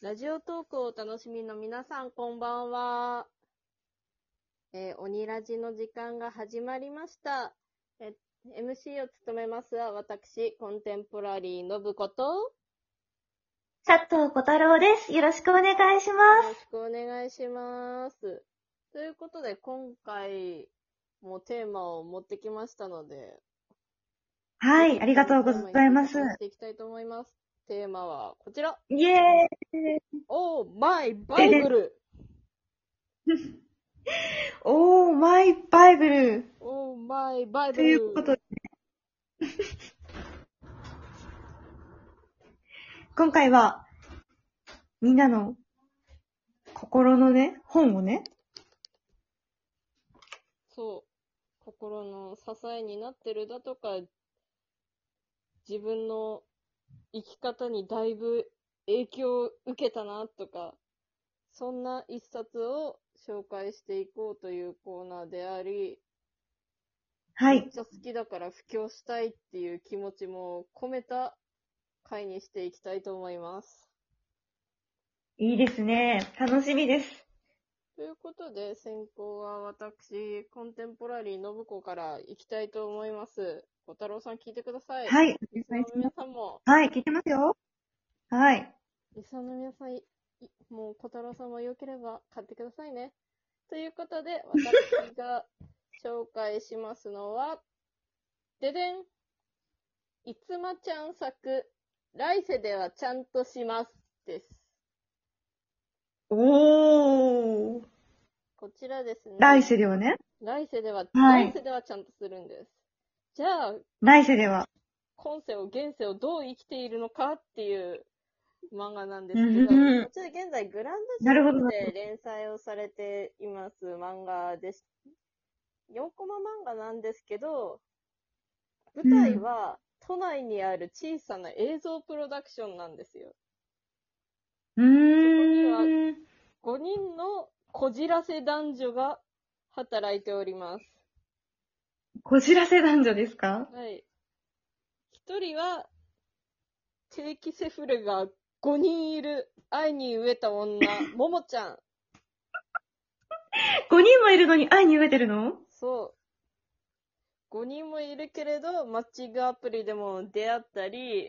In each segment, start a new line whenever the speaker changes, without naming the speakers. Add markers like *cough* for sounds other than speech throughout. ラジオトークをお楽しみの皆さん、こんばんは。えー、鬼ラジの時間が始まりました。え、MC を務めますは、私、コンテンポラリーのぶこと、
佐藤小太郎です。よろしくお願いしま
よろしくお願いします。ということで、今回もテーマを持ってきましたので、
す。はい、ありがとうございます。
していきたいと思います。テーマはこちら。
イエーイ
オーマイバイブル
おー、マイバイブル
オーマイバイ
と
ブル
いうこと *laughs* でね。今回は、みんなの心のね、本をね、
そう。心の支えになってるだとか、自分の生き方にだいぶ影響を受けたなとか、そんな一冊を紹介していこうというコーナーであり、
は
めっ、
い
ちゃ好きだから布教したいっていう気持ちも込めた回にしていきたいと思います。
いいですね。楽しみです。
ということで、先行は私、コンテンポラリー信子から行きたいと思います。小太郎さん聞いてください。い。
はい、お
リスナ
願
ー
い
の皆
します。
さんも、
はい、聞いてますよ。はい。
リスナーの皆さんい、いもう小太郎さんも良ければ買ってくださいね。ということで、私が紹介しますのは、ででんいつまちゃん作、来世ではちゃんとしますです。
おー。
こちらですね。
来世ではね、
来世では、
は
来
い
世ではちゃんとするんです。じゃあ、
来世では、
今世を現世をどう生きているのかっていう漫画なんですけど、
うんうんうん
こちら現在グランド
なるほ
シ
ど
リーズで連載をされています漫画です。4コマ漫画なんですけど、舞台は都内にある小さな映像プロダクションなんですよ。
うーん。
5人のこじらせ男女が働いております。
こじらせ男女ですか
はい。一人は、定期セフレが5人いる愛に飢えた女、ももちゃん。
?5 人もいるのに愛に飢えてるの
そう。5人もいるけれど、マッチングアプリでも出会ったり、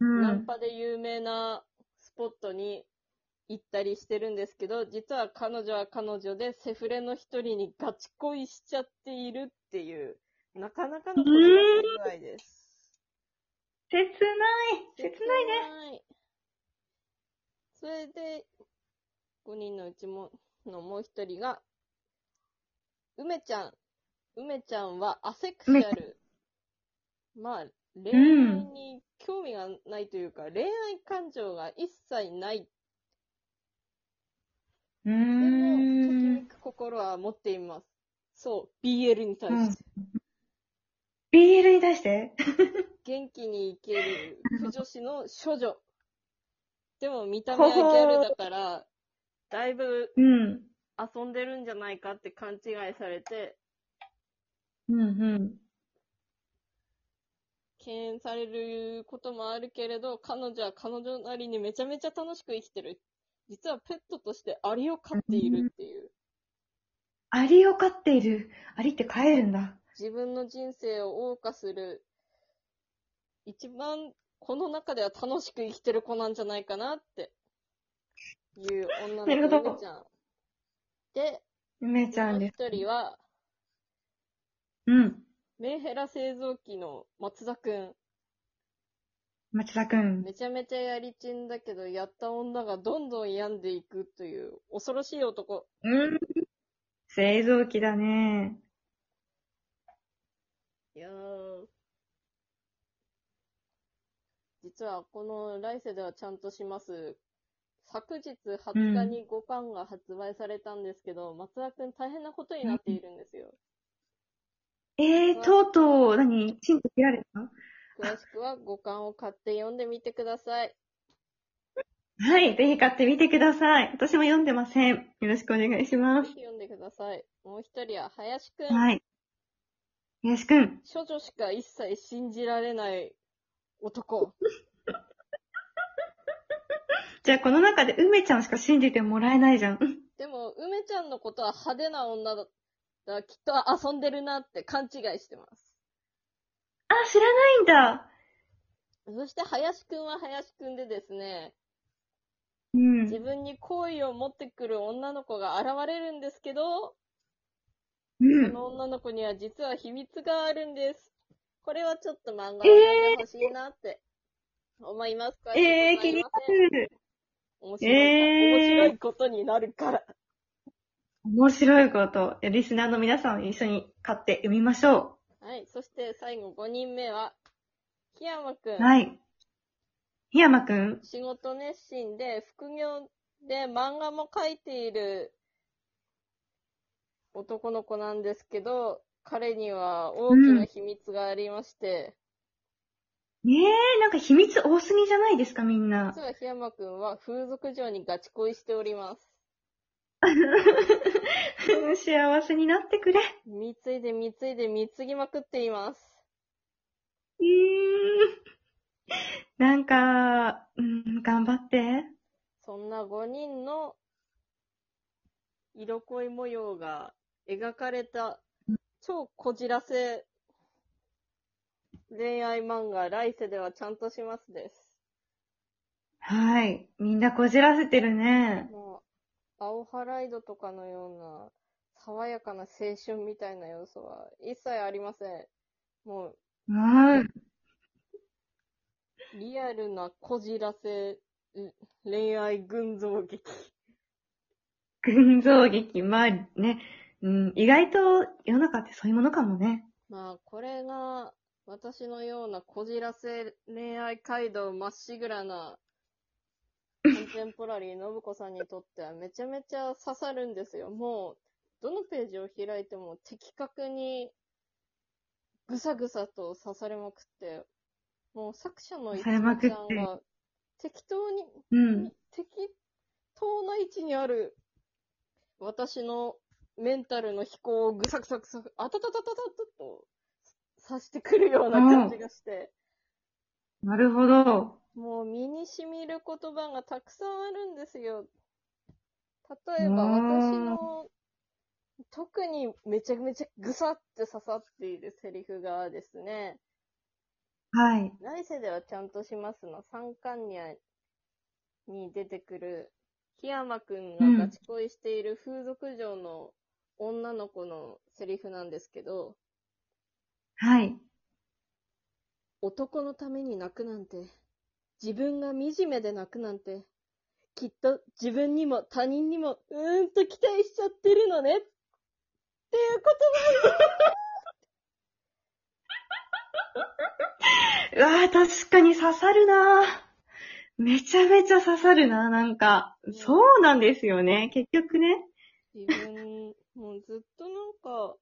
う
ナン。パで有名なスポットに行ったりしてるんですけど、実は彼女は彼女でセフレの一人にガチ恋しちゃっているっていう、なかなかのこじらせ具合です。
切ない。切ないね。
ね。それで、5人のうちも、のもう一人が、梅ちゃん。梅ちゃんはアセクシャル。まあ、恋愛に興味がないというか、恋愛感情が一切ない。
う
でも、とき
ー
め
ん。
く心は持っています。そう、BL に対して。
BL に対して
元気に生ける不女子の処女。でも見た目はギャルだから、だいぶ
うん。
遊んでるんじゃないかって勘違いされて、
うんうん。
敬遠されることもあるけれど、彼女は彼女なりにめちゃめちゃ楽しく生きてる。実はペットとしてアリを飼っているっていう。
アリを飼っている。アリって飼えるんだ。
自分の人生を謳歌する、一番この中では楽しく生きてる子なんじゃないかなっていう女
なる
の
ほ
子ゆ
ど
めちゃん。で、
梅ちゃ
も
ん
う
です。
一人は、
うん。
メンヘラ製造機の松田くん。
町田くん。
めちゃめちゃやりちんだけど、やった女がどんどん病んでいくという、恐ろしい男。
うん。製造機だね。
いやー。実は、この来世ではちゃんとします。昨日20日に5巻が発売されたんですけど、松田くん大変なことになっているんです *laughs* よ。
えー、とうとう、何チンと切られた
詳しくは5巻を買って読んでみてください。
はい。ぜひ買ってみてください。私も読んでません。よろしくお願いし
ぜ
ます
ひ。読んでください。もう一人は林くん。
はい。よしくん。
処女しか一切信じられない男。
じゃあこの中で梅ちゃんしか信じてもらえないじゃん。
でも、梅ちゃんのことは派手な女だ。だきっと遊んでるなって勘違いしてます。
あ、知らないんだ。
そして、林くんは林くんでですね、
うん。
自分に好意を持ってくる女の子が現れるんですけど、
う
そ
ん。
の女の子には実は秘密があるんです。これはちょっと漫画を読んでほしいなって思います。
ええ
詳
気
し
に
い
な
ことは言いません
る。
面白い、
えー
面白いことになるから。
面白いこと。えリスナーの皆さん一緒に買って読みましょ
はい。そして最後5人目は、檜山くん。
う。はい。檜山くん。
仕事熱心で、副業で漫画も描いている男の子なんですけど、彼には大きな秘密がありまして、
ねえ、なんか秘密多すぎじゃないですか、みんな
実。は檜山くんは風俗嬢にガチ恋しております。
*laughs* 幸せになってくれ。
貢いで貢いで貢ぎまくっています。
うーん。なんか、うん、頑張って。
そんな5人の色恋模様が描かれた超こじらせ恋愛漫画来世ではちゃんとしますです。
はい。みんなこじらせてるね。
もう、アオハライドとかのような、爽やかな青春みたいな要素は一切ありません。もう、
うん。
リアルなこじらせ、う恋愛群像劇。
群像劇、まあね、うん、意外と世の中ってそういうものかもね。
まあ、これが、私のようなこじらせ恋愛街道まっしぐらな、コンテンポラリー信子さんにとってはめちゃめちゃ刺さるんですよ。もう、どのページを開いても的確に、ぐさぐさと刺されまくって、もう作者の
刺
一
されまくって
ちゃんは、適当に、
うん。
適当な位置にある、私のメンタルの飛行をぐさぐさぐさ、あたたたたたたと、さしてくるような感じがして、
なるほど。
もう身に染みる言葉がたくさんあるんですよ。例えば
う
私
ん
の、特にめちゃめちゃぐさって刺さっているセリフがですね、
はい。
来世ではちゃんとしますの三冠にゃに出てくる、檜山くん
うん
がガチ恋している風俗嬢の女の子のセリフなんですけど、
はい。
男のために泣くなんて、自分が惨めで泣くなんて、きっと自分にも他人にもうーんと期待しちゃってるのね。っていうこと
うわぁ、確かに刺さるなぁ。めちゃめちゃ刺さるなぁ、なんか。そうなんですよね、結局ね。
自分、もうずっとなんか、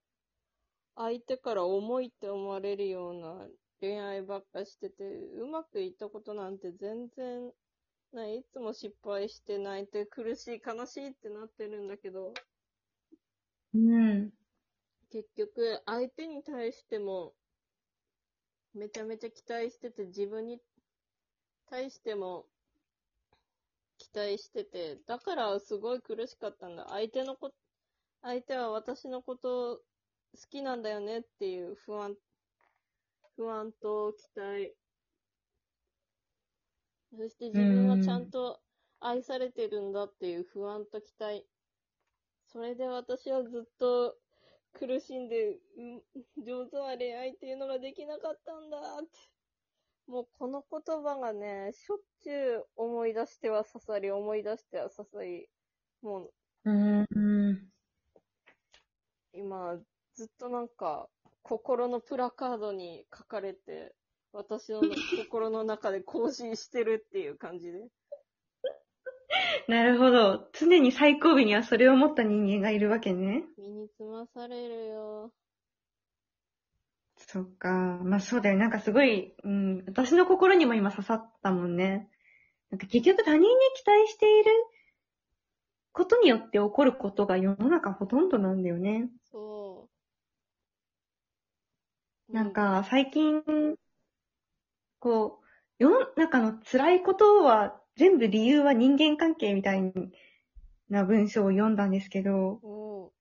相手から重いって思われるような恋愛ばっかしてて、うまくいったことなんて全然ない。いつも失敗して泣いて苦しい、悲しいってなってるんだけど、
うん。
結局相手に対しても、めちゃめちゃ期待してて、自分に対しても期待してて、だからすごい苦しかったんだ。相手のこ、相手は私のこと好きなんだよねっていう不安、不安と期待。そして自分はちゃんと愛されてるんだっていう不安と期待。それで私はずっと苦しんで、うん、上手な恋愛っていうのができなかったんだって。もうこの言葉がね、しょっちゅう思い出しては刺さり、思い出しては刺さり、もう
うん。うん
今、ずっとなんか、心のプラカードに書かれて、私の心の中で更新してるっていう感じで。
なるほど。常に最後尾にはそれを持った人間がいるわけね。
身につまされるよ。
そっか。まあそうだよ。なんかすごい、うん、私の心にも今刺さったもんね。なんか結局他人に期待していることによって起こることが世の中ほとんどなんだよね。
そう。
なんか最近、こう、世の中の辛いことは、全部理由は人間関係みたいな文章を読んだんですけど、
お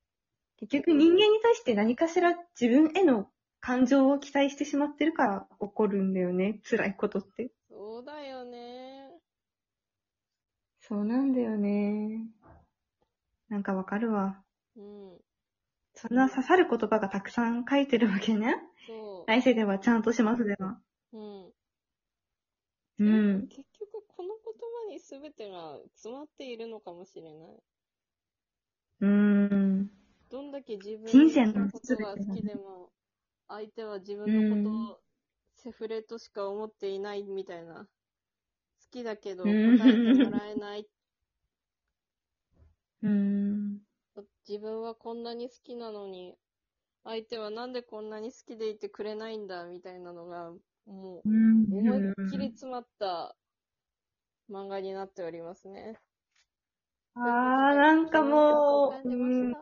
ー
結局人間に対して何かしら自分への感情を期待してしまってるから起こるんだよね。辛いことって。
そうだよね。
そうなんだよね。なんかわかるわ。
うん。
そんな刺さる言葉がたくさん書いてるわけね。
そう。
来世ではちゃんとしますでは。
うん。
うん。
結局、この言葉に全てが詰まっているのかもしれない。
うーん。
どんだけ自分
人生の
ことが好きでも、相手は自分のことをセフレとしか思っていないみたいな。好きだけど、
う
答
ん
えてもらえない。
うーん。
自分はこんなに好きなのに、相手はなんでこんなに好きでいてくれないんだ、みたいなのが、も
うん
う、思いっきり詰まった漫画になっておりますね。
あー、なんかも
感
う、
じま
うん
し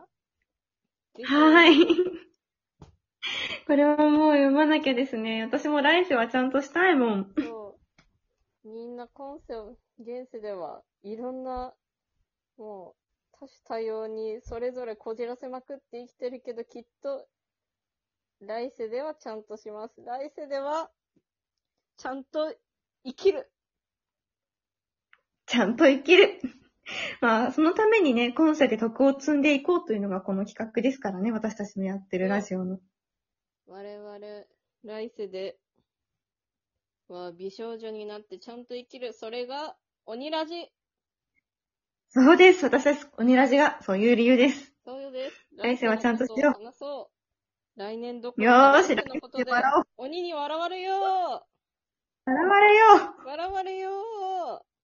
た。
はー
い。
い。これはもう読まなきゃですね。私も来世はちゃんとしたいもん。
そう。みんな今世、現世ではいろんな、もう、多種多様にそれぞれこじらせまくって生きてるけど、きっと、来世ではちゃんとします。来世では、ちゃんと生きる。
ちゃんと生きる。 *laughs* まあ、そのためにね、今世で徳を積んでいこうというのがこの企画ですからね、私たちのやってるラジオの。
我々、来世では美少女になってちゃんと生きる。それが、鬼ラジ。
そうです。私です。鬼ラジが、そういう理由です。
そうよです。
来世はちゃんとしよう
来世のことを話そう。来年どこ
よー
来
し、
世
来
のこと
世
で
笑おう。
鬼に笑われよ
笑われよう
ー笑われよー